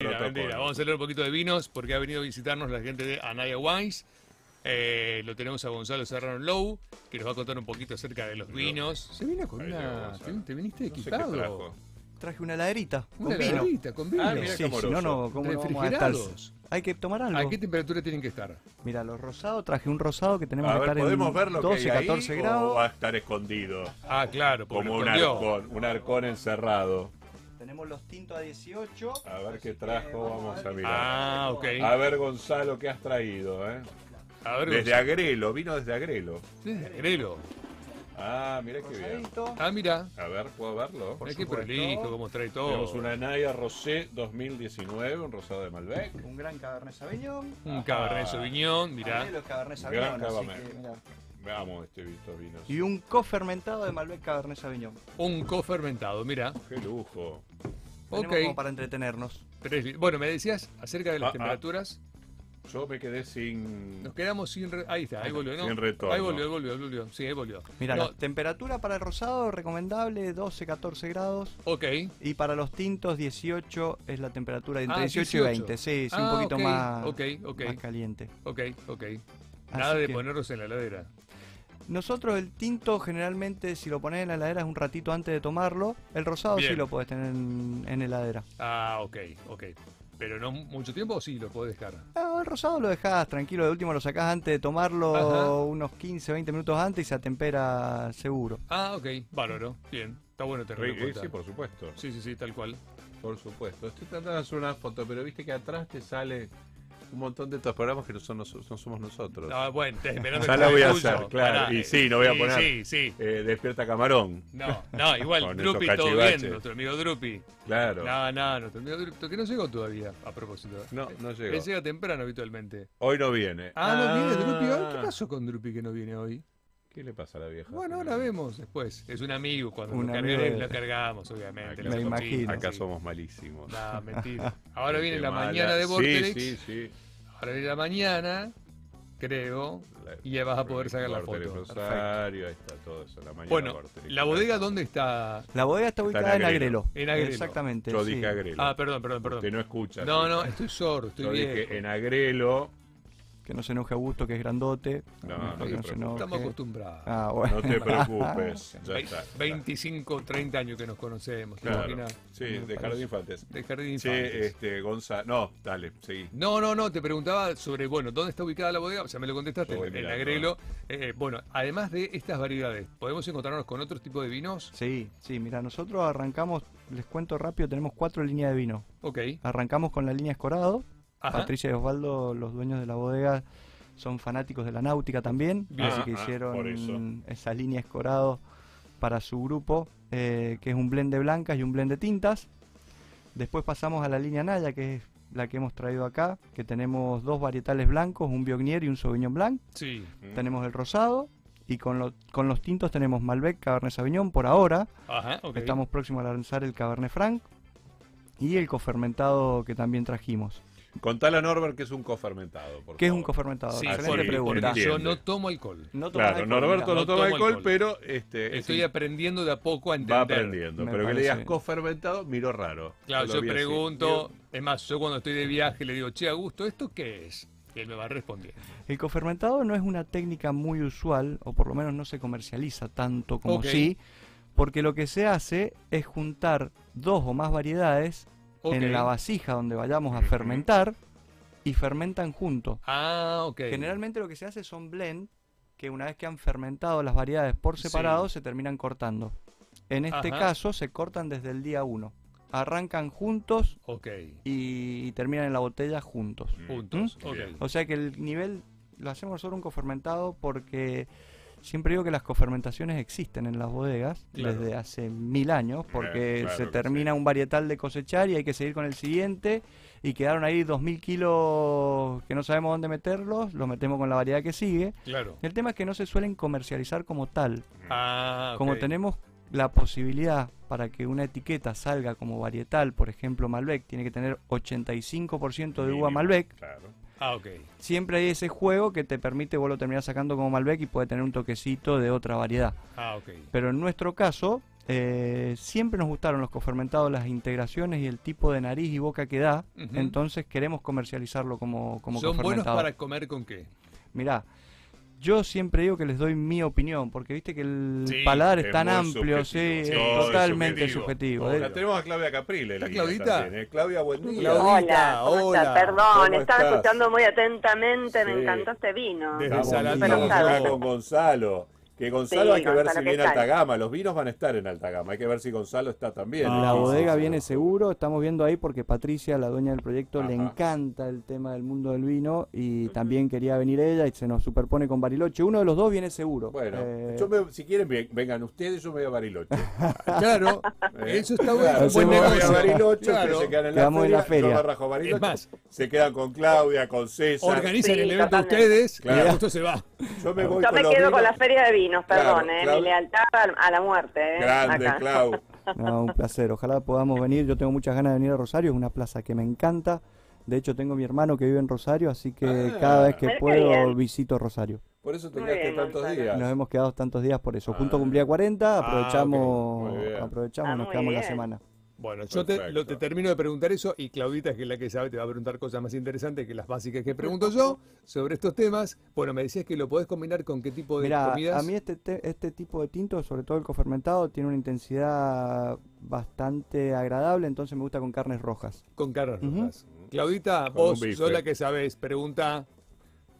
mentira, mentira. Vamos a celebrar un poquito de vinos porque ha venido a visitarnos la gente de Anaya Wines. Eh, lo tenemos a Gonzalo Serrano Low, que nos va a contar un poquito acerca de los vinos. Se vino con Ahí llegó una. Te, Gonzalo. te viniste No sé qué equipado. trajo. Traje una laderita Una con vino. laderita, con vino. Ah, mirá Sí, qué si no, no, amoroso. ¿cómo no vamos a estar? Refrigerados. Hay que tomar algo. ¿A qué temperatura tienen que estar? Mira, los rosados, traje un rosado que tenemos A que ver, estar ¿podemos en ver lo 12, que hay ahí 14 o va a grados. estar escondido? Ah, claro, porque Como lo un escondió. arcón, un arcón encerrado. Tenemos los tintos a 18. A ver qué así que trajo, vamos a ver. mirar. Ah, ok. A ver, Gonzalo, ¿qué has traído? Eh? A ver, Desde Agrelo, vino desde Agrelo. Desde Agrelo. Ah, mirá Pues qué bien. Rosadito. Ah, mira. A ver, ¿puedo verlo? Mira qué prolijo, cómo trae Tenemos todo. una Naya Rosé 2019, un rosado de Malbec. Un gran Cabernet Sauvignon. Un Cabernet Ah. Sauvignon, mirá. Amé los Cabernet Gran Sauvignon, así Cabernet. que, mirá. Veamos este visto vinos. Y un cofermentado de Malbec Cabernet Sauvignon. Un cofermentado, mira. Qué lujo. Ok. Tenemos como para entretenernos. Tres li- Bueno, me decías acerca de Ah, las ah. temperaturas. Yo me quedé sin. Nos quedamos sin. re- Ahí está, ahí volvió, ¿no? Sin retorno. Ahí volvió, ahí volvió, ahí volvió. Sí, ahí volvió. Mira, No, la temperatura para el rosado recomendable 12, 14 grados. Ok. Y para los tintos 18 es la temperatura entre Ah, 18, y 20. Sí, sí, Ah, un poquito ok, más, ok, ok. más caliente. Ok, ok. Así Nada de que ponerlos en la ladera. Nosotros el tinto generalmente si lo pones en la heladera es un ratito antes de tomarlo. El rosado sí Bien. lo podés tener en, en heladera. Ah, ok, ok. Pero no mucho tiempo o sí lo puedo dejar. Ah, el rosado lo dejás tranquilo, de último lo sacás antes de tomarlo Ajá. unos 15, 20 minutos antes y se atempera seguro. Ah, ok. Valoro. Bien. Está bueno tenerlo en Rick, cuenta. sí, por supuesto. Sí, sí, sí, tal cual. Por supuesto. Estoy tratando de hacer una foto, pero viste que atrás te sale un montón de estos programas que no, son nos- no somos nosotros. Ah, bueno, te- esperando Ya que la sea voy a tuyo. hacer, claro. Pará, Y eh, sí, lo voy a sí, poner. Sí, sí. Eh, despierta camarón. No, no, igual, Con Drupi esos todo cachivaches. bien, nuestro amigo Drupi. Claro. Nada, nada, nuestro amigo Drupi, que no llegó todavía, a propósito. No, no llegó. Él llega temprano habitualmente. Hoy no viene. Ah, no viene Drupi hoy. ¿Qué Ah. pasó con Drupi que no viene hoy? ¿Qué le pasa a la vieja? Bueno, ahora vemos después. Ah, Es un amigo, cuando Un lo, amigo carguemos, de- lo cargamos, obviamente. lo Me hacemos imagino. chiste, Acá sí. somos malísimos. No, mentira. Ahora Qué viene la mala. mañana de Sí, Vortex. Sí, sí, Ahora viene la mañana, creo. Y ya vas a poder sacar la Vortex foto. Rosario, ahí está todo eso. La mañana Bueno, Vortex. ¿la bodega dónde está? La bodega está Está en ubicada en Agrelo. Agrelo. En Agrelo. Exactamente. Yo sí. dije agrelo. Ah, perdón, perdón, Usted perdón. no escucha. No, Rick. no, estoy sordo, Yo estoy dije eh, bien. en agrelo. Que no se enoje Augusto, que es grandote. No, Ah, no te que se preocupes. enoje. Estamos acostumbrados. Ah, bueno. No te preocupes. Ya está. Ve- 25, 30 años que nos conocemos, ¿te Claro. imaginas? Sí, de Jardín Infantes. De jardín Sí, infantes. este, Gonzalo. No, dale, seguí. No, no, no, te preguntaba sobre, bueno, ¿dónde está ubicada la bodega? O sea, me lo contestaste, Yo voy en en mirando. Agrelo. Eh, bueno, además de estas variedades, ¿podemos encontrarnos con otros tipos de vinos? Sí, sí, mira, nosotros arrancamos, les cuento rápido, tenemos cuatro líneas de vino. Ok. Arrancamos con la línea Escorado. Ajá. Patricia y Osvaldo, los dueños de la bodega, son fanáticos de la náutica también. Bien. Así que Ah, ah, por eso. hicieron esa línea Escorado para su grupo, eh, que es un blend de blancas y un blend de tintas. Después pasamos a la línea Naya, que es la que hemos traído acá, que tenemos dos varietales blancos, un Biognier y un Sauvignon Blanc. Sí. Mm. Tenemos el rosado y con, lo- con los tintos tenemos Malbec, Cabernet Sauvignon por ahora. Ajá, ok. Estamos próximos a lanzar el Cabernet Franc y el cofermentado que también trajimos. Contale a Norbert que es un cofermentado. por ¿Qué es favor. un cofermentado? Oh. Sí, Excelente porque- sí, pregunta. porque yo Entiende. Eh, no tomo alcohol. No tomas Claro, alcohol, Norberto no mira, no toma tomo alcohol, alcohol. pero este, es Estoy in- aprendiendo de a poco a va entender. aprendiendo. Me Pero que le digas parece. cofermentado, miro raro. Claro, lo yo vi así. pregunto, es más, yo cuando estoy de viaje le digo, che, Augusto, ¿esto qué es? Y él me va a responder. mira. El cofermentado no es una técnica muy usual, o por lo menos no se comercializa tanto como Ok. sí, porque lo que se hace es juntar dos o más variedades Ok. en la vasija donde vayamos a Ujú. fermentar y fermentan juntos. Ah, ok. Generalmente lo que se hace son blend que una vez que han fermentado las variedades por separado Sí. se terminan cortando. En este Ajá. caso se cortan desde el día 1. Arrancan juntos Ok. y terminan en la botella juntos. Mm. Puntos. Mm. Ok. Bien. O sea que el nivel lo hacemos solo un cofermentado porque siempre digo que las cofermentaciones existen en las bodegas Claro. desde hace mil años porque Eh, claro se que termina un varietal de cosechar y hay que seguir con el siguiente y quedaron ahí dos mil kilos que no sabemos dónde meterlos, los metemos con la variedad que sigue. Mm. Claro. El tema es que no se suelen comercializar como tal. Ah, ok. Como tenemos la posibilidad para que una etiqueta salga como varietal, por ejemplo Malbec, tiene que tener 85% de uva Mínimo, Malbec, Claro. Ah, ok. siempre hay ese juego que te permite vos lo terminás sacando como Malbec y puede tener un toquecito de otra variedad. Ah, ok. Pero en nuestro caso, Eh, siempre nos gustaron los cofermentados, las integraciones y el tipo de nariz y boca que da. Ujú. Entonces queremos comercializarlo como, como ¿Son buenos cofermentado. para comer con qué? Mirá, yo siempre digo que les doy mi opinión, porque viste que el Sí, paladar es es tan muy subjetivo, amplio, sí, sí, es es totalmente subjetivo. subjetivo. eh. Obvio. La tenemos a Claudia Caprile. ¿Está la Claudita? guía también, ¿eh? Claudia, buen día. Hola, ¿cómo estás? Perdón, ¿Cómo estaba estás? escuchando muy atentamente, me Sí. encantó este vino. Desde Estamos Saladillo. vinos acá Gonzalo. con Gonzalo. Que Gonzalo Sí, hay que ver Gonzalo, si ¿qué viene tal? alta gama. Los vinos van a estar en alta gama. Hay que ver si Gonzalo está también. La Sí, sí, bodega sí. viene seguro, estamos viendo ahí porque Patricia, la dueña del proyecto, le Ajá. encanta el tema del mundo del vino y también quería venir ella y se nos superpone con Bariloche. Uno de los dos viene seguro. Bueno, Eh, yo me- si quieren, ven- vengan ustedes, yo me voy a Bariloche. Eh, Claro, eso está bueno. Claro, Buen yo me voy a negocio. Bariloche, Claro. ustedes se quedan en Quedamos en la la feria. yo feria. barrajo Bariloche. Es más. se quedan con Claudia, con César. Organizan Sí, el evento totalmente. ustedes Claro. y justo se va. Yo me voy Yo con me los quedo con vinos. la feria de vinos, perdón, Claro, eh, claro. mi lealtad al- a, la muerte. eh, Grande, acá. Clau. no, un placer, ojalá podamos venir. Yo tengo muchas ganas de venir a Rosario, es una plaza que me encanta. De hecho, tengo mi hermano que vive en Rosario, así que Ah. cada vez que Mira qué puedo bien. visito Rosario. Por eso te Muy quedaste bien, tantos Gonzalo. días. Nos hemos quedado tantos días por eso. Junto Ah. cumplía 40, Ah, ok, aprovechamos, muy bien. aprovechamos Ah, nos muy quedamos la bien. semana. Bueno, yo te, lo- te Perfecto. termino de preguntar eso y Claudita, que es la que sabe, te va a preguntar cosas más interesantes que las básicas que pregunto yo sobre estos temas. Bueno, me decías que lo podés combinar con qué tipo de Mira, comidas. a mí este, te- este tipo de tinto, sobre todo el cofermentado, tiene una intensidad bastante agradable, entonces me gusta con carnes rojas. Con caras Ujú. rojas. Claudita, Con vos un bife. sos la que sabés. Pregunta.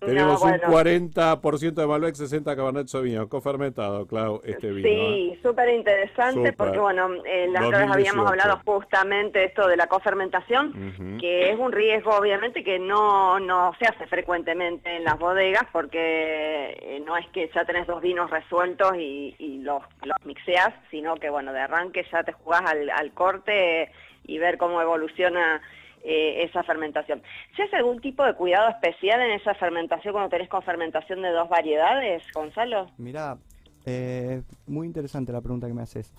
Tenemos No, bueno. un 40% de Malbec, 60 Cabernet Sauvignon, cofermentado, Clau, este vino. ¿eh? Sí, súper interesante Súper. porque, bueno, eh, la otra vez habíamos 2018. hablado justamente esto de la cofermentación, Ujú. que es un riesgo obviamente que no, no se hace frecuentemente en las bodegas porque eh, no es que ya tenés dos vinos resueltos y, y los, los mixeas, sino que bueno, de arranque ya te jugás al, al corte eh, y ver cómo evoluciona eh, esa fermentación. ¿Se hace algún tipo de cuidado especial en esa fermentación cuando tenés con fermentación de dos variedades, Gonzalo? Mira, eh, muy interesante la pregunta que me haces.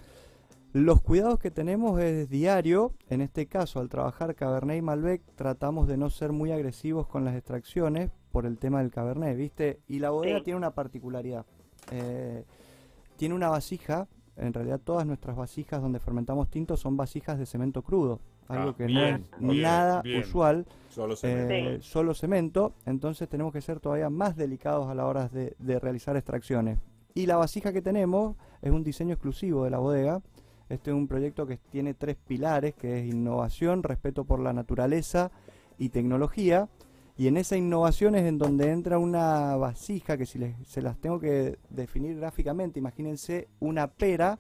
Los cuidados que tenemos es diario, en este caso al trabajar Cabernet y Malbec tratamos de no ser muy agresivos con las extracciones por el tema del Cabernet, ¿viste? Y la bodega Sí. tiene una particularidad. Eh, tiene una vasija, en realidad todas nuestras vasijas donde fermentamos tintos son vasijas de cemento crudo, algo Ah, que bien, no es bien, nada bien. usual Solo se me- eh, solo cemento, entonces tenemos que ser todavía más delicados a la hora de, de realizar extracciones. Y la vasija que tenemos es un diseño exclusivo de la bodega. Este es un proyecto que tiene tres pilares, que es innovación, respeto por la naturaleza y tecnología. Y en esa innovación es en donde entra una vasija que si les- se las tengo que definir gráficamente, imagínense una pera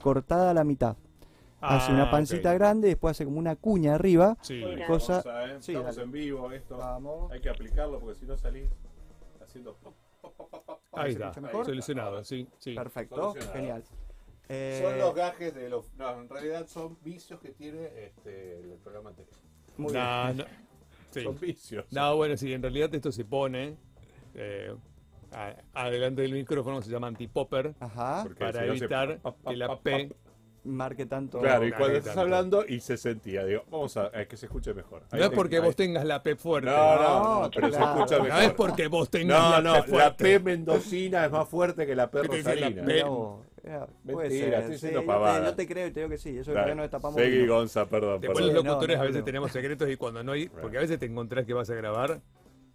cortada a la mitad. Hace Ah, una pancita ok. grande y después hace como una cuña arriba. Sí. Mira. cosa- Vamos a- eh, sí, estamos dale. en vivo, esto. Vamos. Hay que aplicarlo porque si no salís haciendo. pop, pop, pop, pop, pop. Ahí ¿Se está. escucha mejor? Solucionado, sí. sí. Perfecto, Solucionado. genial. Eh, Son los gajes de los. No, en realidad son vicios que tiene este, el programa anterior. muy bien. No, no. Sí. Son vicios. No, bueno, sí, en realidad esto se pone eh, a- adelante del micrófono, se llama antipopper, Ajá, Ah, Porque para si no se- evitar pa, pa, que la pa, pa, P. marque tanto. Claro, y No, cuando no, estás no. hablando y se sentía, digo, vamos a, a que se escuche mejor. Ahí No es te- porque ahí- vos tengas la P fuerte. No, no, No, no, pero se claro. escucha No mejor. es porque vos tengas No, la no, P la fuerte. P mendocina es más fuerte que la P ¿Qué te dice la rosarina. P? Mirá vos, eh, Mentira, puede ser, estoy diciendo yo te- pavada. Yo, te, creo y te digo que sí, eso es Dale, que no destapamos. Seguí, vino. Gonza, perdón. Después perdón. los Sí, no, locutores no, a veces no. tenemos secretos y cuando no hay, porque a veces te encontrás que vas a grabar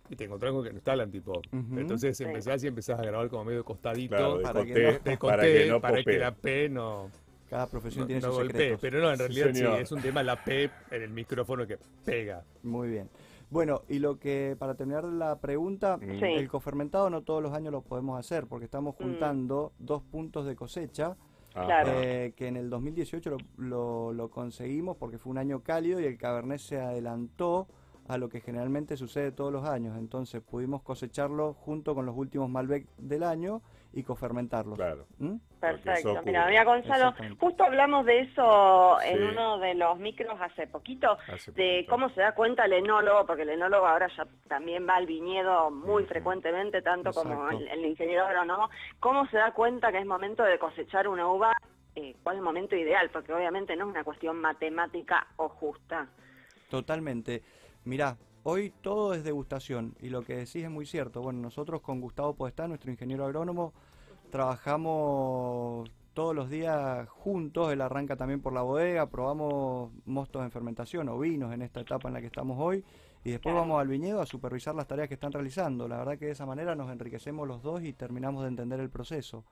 y te encontrás con que no está el antipop. Ujú. Entonces empezás y empezás a grabar como medio costadito. Claro, Para que desconté, no- te para conté, que no para que popee. la P no, Cada profesión no, tiene no sus golpee. secretos. Pero no, en realidad sí, señor. es un tema la P en el micrófono que pega. Muy bien. Bueno, y lo que, para terminar la pregunta, Mm. Sí. el cofermentado no todos los años lo podemos hacer porque estamos juntando dos puntos de cosecha. Ah, Claro. ah. Eh, que en el 2018 lo, lo- lo conseguimos porque fue un año cálido y el Cabernet se adelantó a lo que generalmente sucede todos los años. Entonces pudimos cosecharlo junto con los últimos Malbec del año y cofermentarlos. Claro. ¿Mm? Porque eso Perfecto. ocurre. Mira, mira, Gonzalo, Exactamente. justo hablamos de eso en Sí. uno de los micros hace poquito, Hace de poquito. cómo se da cuenta el enólogo, porque el enólogo ahora ya también va al viñedo muy frecuentemente, tanto como Exacto. el, el ingeniero agrónomo, cómo se da cuenta que es momento de cosechar una uva, eh, cuál es el momento ideal, porque obviamente no es una cuestión matemática o justa. Totalmente. Mirá, hoy todo es degustación y lo que decís es muy cierto. Bueno, nosotros con Gustavo Podestá, nuestro ingeniero agrónomo, trabajamos todos los días juntos. Él arranca también por la bodega, probamos mostos en fermentación o vinos en esta etapa en la que estamos hoy. Y después vamos al viñedo a supervisar las tareas que están realizando. La verdad que de esa manera nos enriquecemos los dos y terminamos de entender el proceso.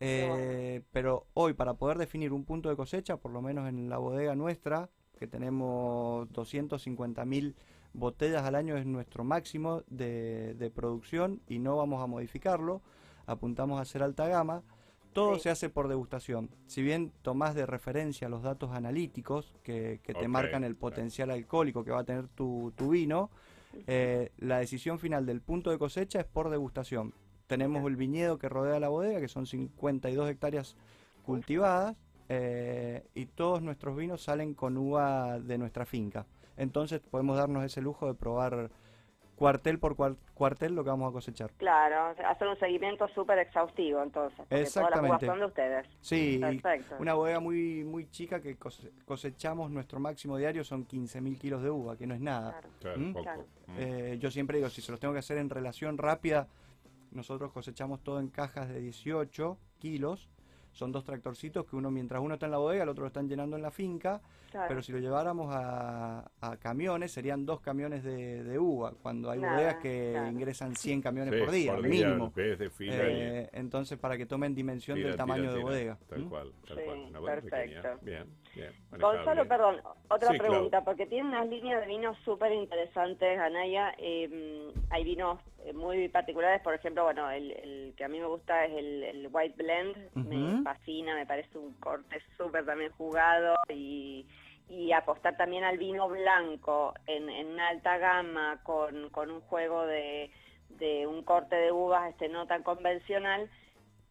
Eh, pero hoy, para poder definir un punto de cosecha, por lo menos en la bodega nuestra, que tenemos 250.000 botellas al año, es nuestro máximo de, de producción y no vamos a modificarlo. Apuntamos a hacer alta gama. Todo Sí. se hace por degustación. Si bien tomás de referencia los datos analíticos que, que te Ok, marcan el claro. potencial alcohólico que va a tener tu, tu vino, eh, la decisión final del punto de cosecha es por degustación. Tenemos el viñedo que rodea la bodega, que son 52 hectáreas cultivadas, eh, y todos nuestros vinos salen con uva de nuestra finca. Entonces podemos darnos ese lujo de probar cuartel por cuar- cuartel lo que vamos a cosechar. Claro, hacer un seguimiento súper exhaustivo entonces. porque Todas las Exactamente. uvas son de ustedes. Sí, y Perfecto. una bodega muy, muy chica que cose- cosechamos nuestro máximo diario son 15.000 kilos de uva, que no es nada. Claro. Claro, ¿Mm? poco. Claro. Mm. Eh, yo siempre digo, si se los tengo que hacer en relación rápida, nosotros cosechamos todo en cajas de 18 kilos. Son dos tractorcitos que uno, mientras uno está en la bodega, el otro lo están llenando en la finca. Claro. Pero si lo lleváramos a, a camiones, serían dos camiones de, de uva. Cuando hay Nada, bodegas que claro. ingresan 100 camiones Sí, por día, mínimo. ves de fila y- Eh, entonces, para que tomen dimensión tira, del tira, tamaño de tira. bodega. Tal ¿Mm? cual, tal Sí, cual. Una bodega pequeña. perfecto. Bien, bien. manejable. Gonzalo, perdón, otra Sí, Clau. pregunta, porque tiene unas líneas de vinos súper interesantes, Anaya. Eh, hay vinos eh, muy particulares, por ejemplo, bueno, el, el que a mí me gusta es el, el White Blend, Ujú. me fascina, me parece un corte súper también jugado y, y apostar también al vino blanco en, en una alta gama con, con un juego de, de un corte de uvas este no tan convencional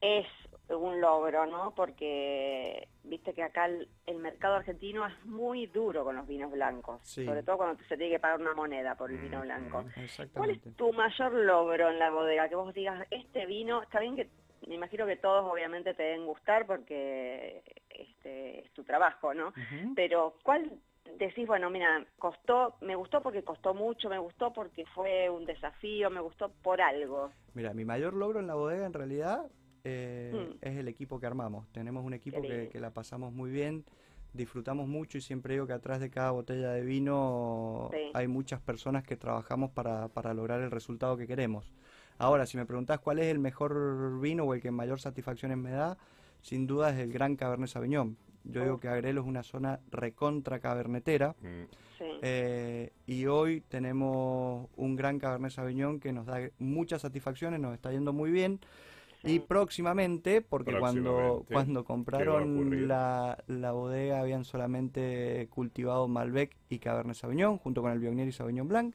es un logro, ¿no? Porque viste que acá el, el mercado argentino es muy duro con los vinos blancos, Sí. sobre todo cuando se tiene que pagar una moneda por el vino Mm, blanco. ¿Cuál Exactamente. es tu mayor logro en la bodega? Que vos digas, este vino, está bien que me imagino que todos obviamente te deben gustar porque este, es tu trabajo, ¿no? Ujú. Pero ¿cuál decís, bueno, mira, costó, me gustó porque costó mucho, me gustó porque fue un desafío, me gustó por algo? Mira, mi mayor logro en la bodega en realidad eh, Mm. es el equipo que armamos. Tenemos un equipo Qué que, lindo. que la pasamos muy bien, disfrutamos mucho y siempre digo que atrás de cada botella de vino Sí. hay muchas personas que trabajamos para, para lograr el resultado que queremos. Ahora, si me preguntás cuál es el mejor vino o el que mayor satisfacciones me da, sin duda es el Gran Cabernet Sauvignon. Yo digo Uf. que Agrelo es una zona recontra cabernetera. Mm, Sí. Eh, y hoy tenemos un gran Cabernet Sauvignon que nos da muchas satisfacciones, nos está yendo muy bien. Y Sí. próximamente, porque cuando, Mm. Próximamente. cuando ¿Qué va a compraron ocurrir? la, la bodega habían solamente cultivado Malbec y Cabernet Sauvignon, junto con el Viognier y Sauvignon Blanc.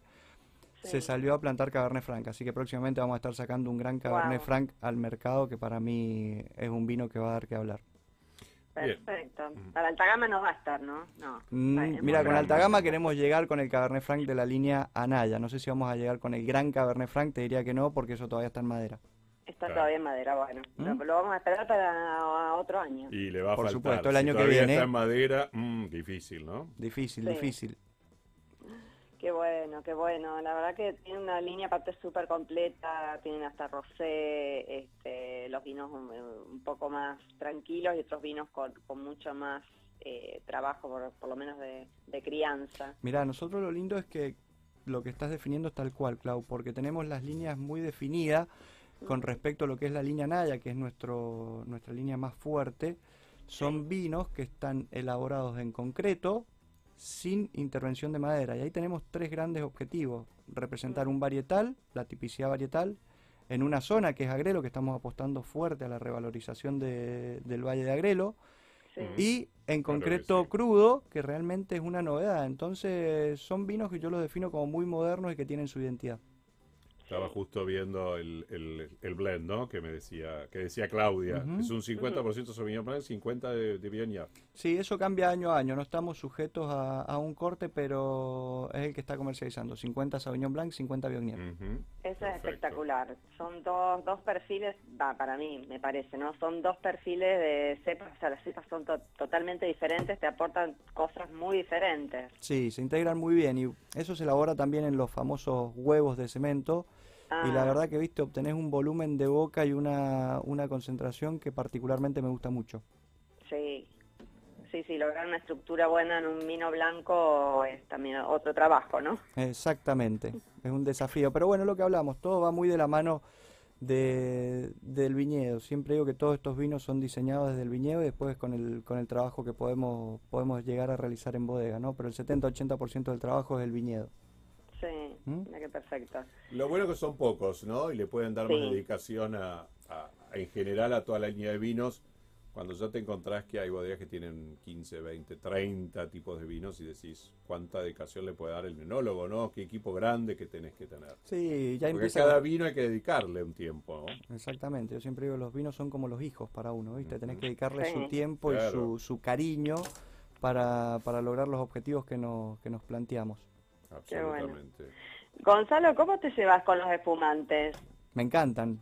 Se Sí. salió a plantar Cabernet Franc, así que próximamente vamos a estar sacando un gran Cabernet Guau. Franc al mercado, que para mí es un vino que va a dar que hablar. Bien. Perfecto. Mm. Para alta gama no va a estar, ¿no? No. Mm, Está bien, Mira, bueno. con Gran alta gama Cabernet. queremos llegar con el Cabernet Franc de la línea Anaya. No sé si vamos a llegar con el gran Cabernet Franc, te diría que no, porque eso todavía está en madera. Está Claro. todavía en madera, bueno. Lo, ¿Mm? lo vamos a esperar para otro año. Y le va a Por faltar. supuesto, el año Si que todavía viene. está en madera, mm, difícil, ¿no? Difícil, Sí. difícil. Qué bueno, qué bueno. La verdad que tiene una línea aparte súper completa. Tienen hasta rosé, este, los vinos un, un poco más tranquilos y otros vinos con, con mucho más eh, trabajo, por, por lo menos de, de crianza. Mira, nosotros lo lindo es que lo que estás definiendo es tal cual, Clau, porque tenemos las líneas muy definidas con respecto a lo que es la línea Naya, que es nuestro, nuestra línea más fuerte. Son vinos que están elaborados en concreto sin intervención de madera. Y ahí tenemos tres grandes objetivos. Representar un varietal, la tipicidad varietal, en una zona que es Agrelo, que estamos apostando fuerte a la revalorización de- del Valle de Agrelo. Sí. Mm. Y en Claro que concreto sí. crudo, que realmente es una novedad. Entonces son vinos que yo los defino como muy modernos y que tienen su identidad. Estaba justo viendo el, el, el blend, ¿no? Que me decía, que decía Claudia. Ujú. Es un 50% Sauvignon Blanc, 50% de, de Viognier. Sí, eso cambia año a año. No estamos sujetos a, a un corte, pero es el que está comercializando. 50 Sauvignon Blanc, 50 Viognier. Ujú. Eso es Perfecto. espectacular. Son dos, dos perfiles, va, para mí me parece, ¿no? Son dos perfiles de cepas, o sea, las cepas son to- totalmente diferentes, te aportan cosas muy diferentes. Sí, se integran muy bien y eso se elabora también en los famosos huevos de cemento, Y la Ah. verdad que, viste, obtenés un volumen de boca y una, una concentración que particularmente me gusta mucho. Sí, sí, sí, lograr una estructura buena en un vino blanco es también otro trabajo, ¿no? Exactamente, es un desafío. Pero bueno, lo que hablamos, todo va muy de la mano de- del viñedo. Siempre digo que todos estos vinos son diseñados desde el viñedo y después con el, con el trabajo que podemos, podemos llegar a realizar en bodega, ¿no? Pero el 70-80% del trabajo es el viñedo. Sí, ¿Mm? mira qué perfecto. Lo bueno que son pocos, ¿no? Y le pueden dar Sí. más dedicación a, a- a- en general a toda la línea de vinos. Cuando ya te encontrás que hay bodegas que tienen 15, 20, 30 tipos de vinos y decís cuánta dedicación le puede dar el enólogo, ¿no? Qué equipo grande que tenés que tener. Sí, ya Porque empieza. cada con- vino hay que dedicarle un tiempo, ¿no? Exactamente, yo siempre digo, los vinos son como los hijos para uno, ¿viste? Tenés que dedicarle su Sí. tiempo y Claro. su, su cariño para, para lograr los objetivos que nos, que nos planteamos. bueno. Absolutamente. Gonzalo, ¿cómo te llevas con los espumantes? Me encantan.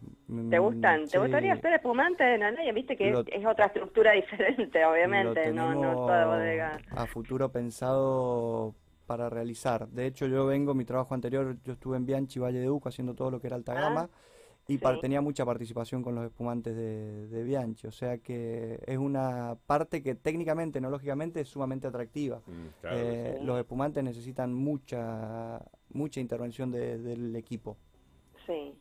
¿Te gustan? ¿Te gustaría hacer espumantes de Nanaya? Viste que Mm, Lo- es, es otra estructura diferente, obviamente, Lo no, no tenemos toda bodega. A futuro pensado para realizar. De hecho, yo vengo, mi trabajo anterior, yo estuve en Bianchi, Valle de Uco, haciendo todo lo que era alta Ah, gama y par- sí. tenía mucha participación con los espumantes de, de Bianchi. O sea que es una parte que técnicamente, enológicamente, es sumamente atractiva. Mm, claro. Eh, sí. Los espumantes necesitan mucha, mucha intervención de- del equipo. Sí.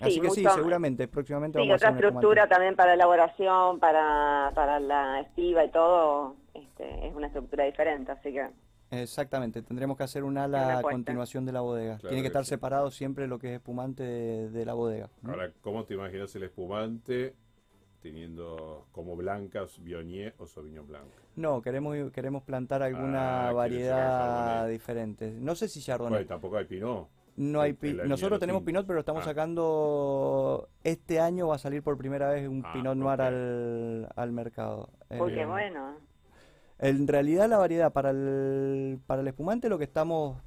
Así que sí, mucho- seguramente, próximamente Sí, vamos a otra hacer un espumante. estructura también para elaboración, para, para la estiva y todo, este, es una estructura diferente, así que... Exactamente, tendremos que hacer un Una ala a apuesta. continuación de la bodega. Claro Tiene que que estar sí. Ah. separado siempre lo que es espumante de, de la bodega. ¿m? Ahora, ¿cómo te imaginas el espumante teniendo como blancas Viognier o Sauvignon Blanc? No, queremos queremos plantar alguna Ah, quieres hacer variedad Chardonnay. diferente. No sé si Bueno, y Chardonnay. tampoco hay Pinot. No hay el- pi- el año Nosotros de tenemos tinto. Pinot, pero estamos Ah. sacando este año va a salir por primera vez un Ah, Pinot Noir ok. al, al mercado. Uy, qué Eh, bueno. En realidad la variedad para el, para el espumante lo que estamos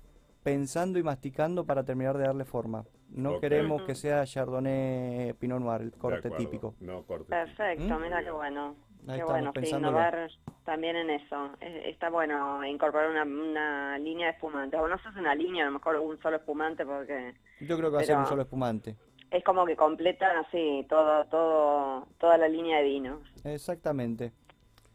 pensando y masticando para terminar de darle forma. No Ok. queremos que sea Chardonnay Pinot Noir, el De corte acuerdo. típico. No, corte Perfecto, ¿Mm? mira qué bueno. Ahí Qué estamos bueno, sí, pensándolo. innovar también en eso. Es- Está bueno incorporar una, una línea de espumantes. O no sé si es una línea, a lo mejor un solo espumante, porque Yo creo que va a ser un Pero- solo espumante. es como que completa así todo, todo, toda la línea de vinos. Exactamente.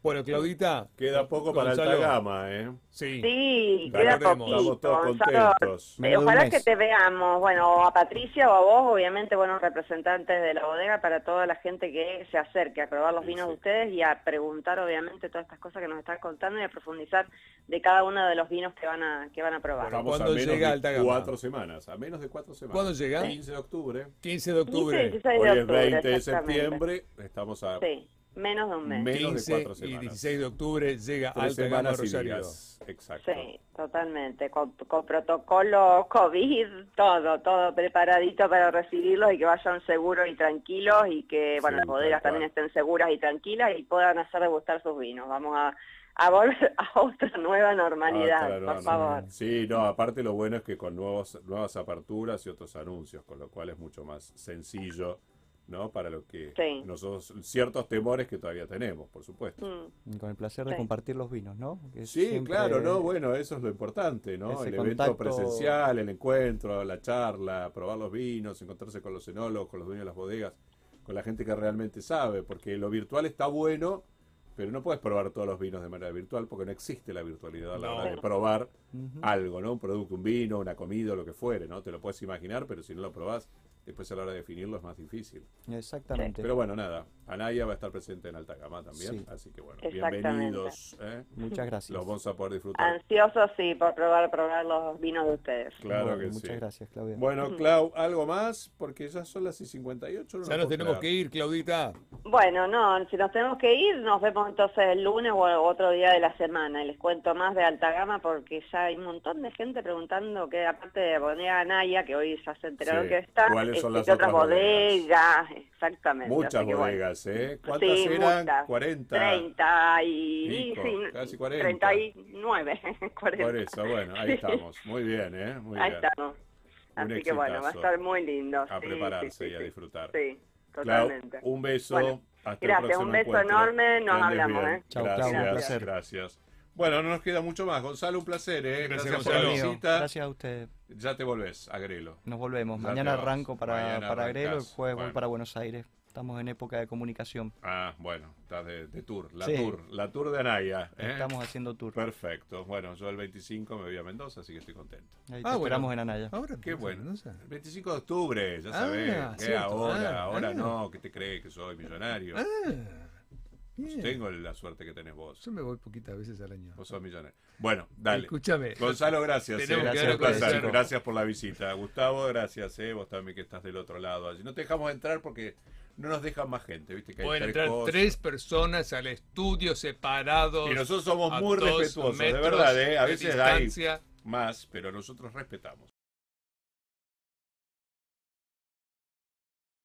Bueno, Claudita. Queda poco para Gonzalo, alta gama, ¿eh? Sí. Sí, Dale, queda Remo. poquito. Estamos todos Gonzalo. contentos. Me Eh, queda un ojalá mes. que te veamos, bueno, o a Patricia o a vos, obviamente, buenos representantes de la bodega para toda la gente que se acerque a probar los Sí, vinos sí. de ustedes y a preguntar, obviamente, todas estas cosas que nos están contando y a profundizar de cada uno de los vinos que van a, que van a probar. Bueno, Estamos a ¿cuándo menos llega de alta gama? cuatro semanas. A menos de cuatro semanas. ¿Cuándo llega? 15 de octubre. 15 de 15 y octubre. 16 Hoy de es 20 octubre, de exactamente. septiembre. Estamos a Sí, menos de un mes. Me- menos de 15 cuatro y semanas. 16 de octubre llega tres Alta Gama semanas y Rosario. días. Exacto. Sí, totalmente, con, con protocolo COVID, todo, todo preparadito para recibirlos y que vayan seguros y tranquilos y que, bueno, Sí, las tal bodegas cual. también estén seguras y tranquilas y puedan hacer degustar sus vinos. Vamos a, a volver a otra nueva Ah, normalidad, claro, no, por no. favor. Sí, no, aparte lo bueno es que con nuevos, nuevas aperturas y otros anuncios, con lo cual es mucho más sencillo, ¿no? Para lo que Sí. nosotros, ciertos temores que todavía tenemos, por supuesto. Mm, Y Con el placer de Sí. compartir los vinos, ¿no? Que Sí, siempre- claro, no, bueno, eso es lo importante, ¿no? ese El evento contacto- presencial, el encuentro, la charla, probar los vinos, encontrarse con los enólogos, con los dueños de las bodegas, con la gente que realmente sabe, porque lo virtual está bueno, pero no puedes probar todos los vinos de manera virtual porque no existe la virtualidad a la No. hora de probar Ujú. algo, ¿no? Un producto, un vino, una comida, lo que fuere, ¿no? Te lo puedes imaginar, pero si no lo probás, después a la hora de definirlo es más difícil. Exactamente. Pero bueno, nada, Anaya va a estar presente en Alta Gama también, Sí. así que bueno, Exactamente. bienvenidos, ¿eh. Muchas gracias. Los vamos a poder disfrutar. Ah, Ansiosos, sí, por probar, probar los vinos de ustedes. Claro Bueno, que muchas sí. gracias, Claudia. Bueno, Clau, ¿algo más? Porque ya son las y 58. no Ya puedo nos tenemos creer. que ir, Claudita. Bueno, no, si nos tenemos que ir, nos vemos entonces el lunes o otro día de la semana. Y les cuento más de alta gama porque ya hay un montón de gente preguntando que aparte de Bodega Anaya, que hoy ya se enteraron Sí, que está, ¿cuáles son este, las que otras otras bodegas? bodegas, exactamente. Muchas así que bueno. bodegas, ¿eh? ¿Cuántas Sí, eran? muchas. 40. 30 y... Pico, sí, casi 40. 39, 40. Por eso, bueno, ahí Sí, estamos. Muy bien, ¿eh? Muy Ahí bien. estamos. Un Así que bueno, va a exitazo. estar muy lindo. A sí, prepararse sí, sí, y a sí. disfrutar. Sí, Clau, totalmente. un beso. Bueno, Hasta el gracias, próximo un beso encuentro. enorme, nos Que andes hablamos, bien. ¿eh? Chau, Clau, un gracias, placer. gracias. Bueno, no nos queda mucho más. Gonzalo, un placer, ¿eh? Gracias, Gracias, por Gonzalo. la Amigo, visita. Gracias a ustedes. Ya te volvés, agrelo. Nos volvemos. Ya Mañana te vas. arranco para, Mañana para arrancás. Agrelo, el jueves Bueno. voy para Buenos Aires. Estamos en época de comunicación. Ah, bueno, estás de, de tour, la Sí. tour, la tour de Anaya. ¿eh? Estamos haciendo tour. Perfecto. Bueno, yo el 25 me voy a Mendoza, así que estoy contento. Ahí te Ah, bueno. esperamos en Anaya. Ahora, Qué bueno. No sé. El 25 de octubre, ya Ah, sabés. ¿qué? cierto. ahora, Ah, ahora ah. no, que te crees que soy millonario. Ah, bien. Tengo la suerte que tenés vos. Yo me voy poquitas veces al año. Vos sos millonario. Bueno, Pues, dale. Escúchame. Gonzalo, gracias. Tenemos eh. que Un darle placer. con el chico. Gracias por la visita. Gustavo, gracias. Eh. Vos también que estás del otro lado. allí. No te dejamos entrar porque no nos dejan más gente. Viste que hay Pueden tres entrar cosas. tres personas al estudio separados. Y nosotros somos a muy dos respetuosos, de metros verdad. Eh. A de veces hay distancia. más, pero nosotros respetamos.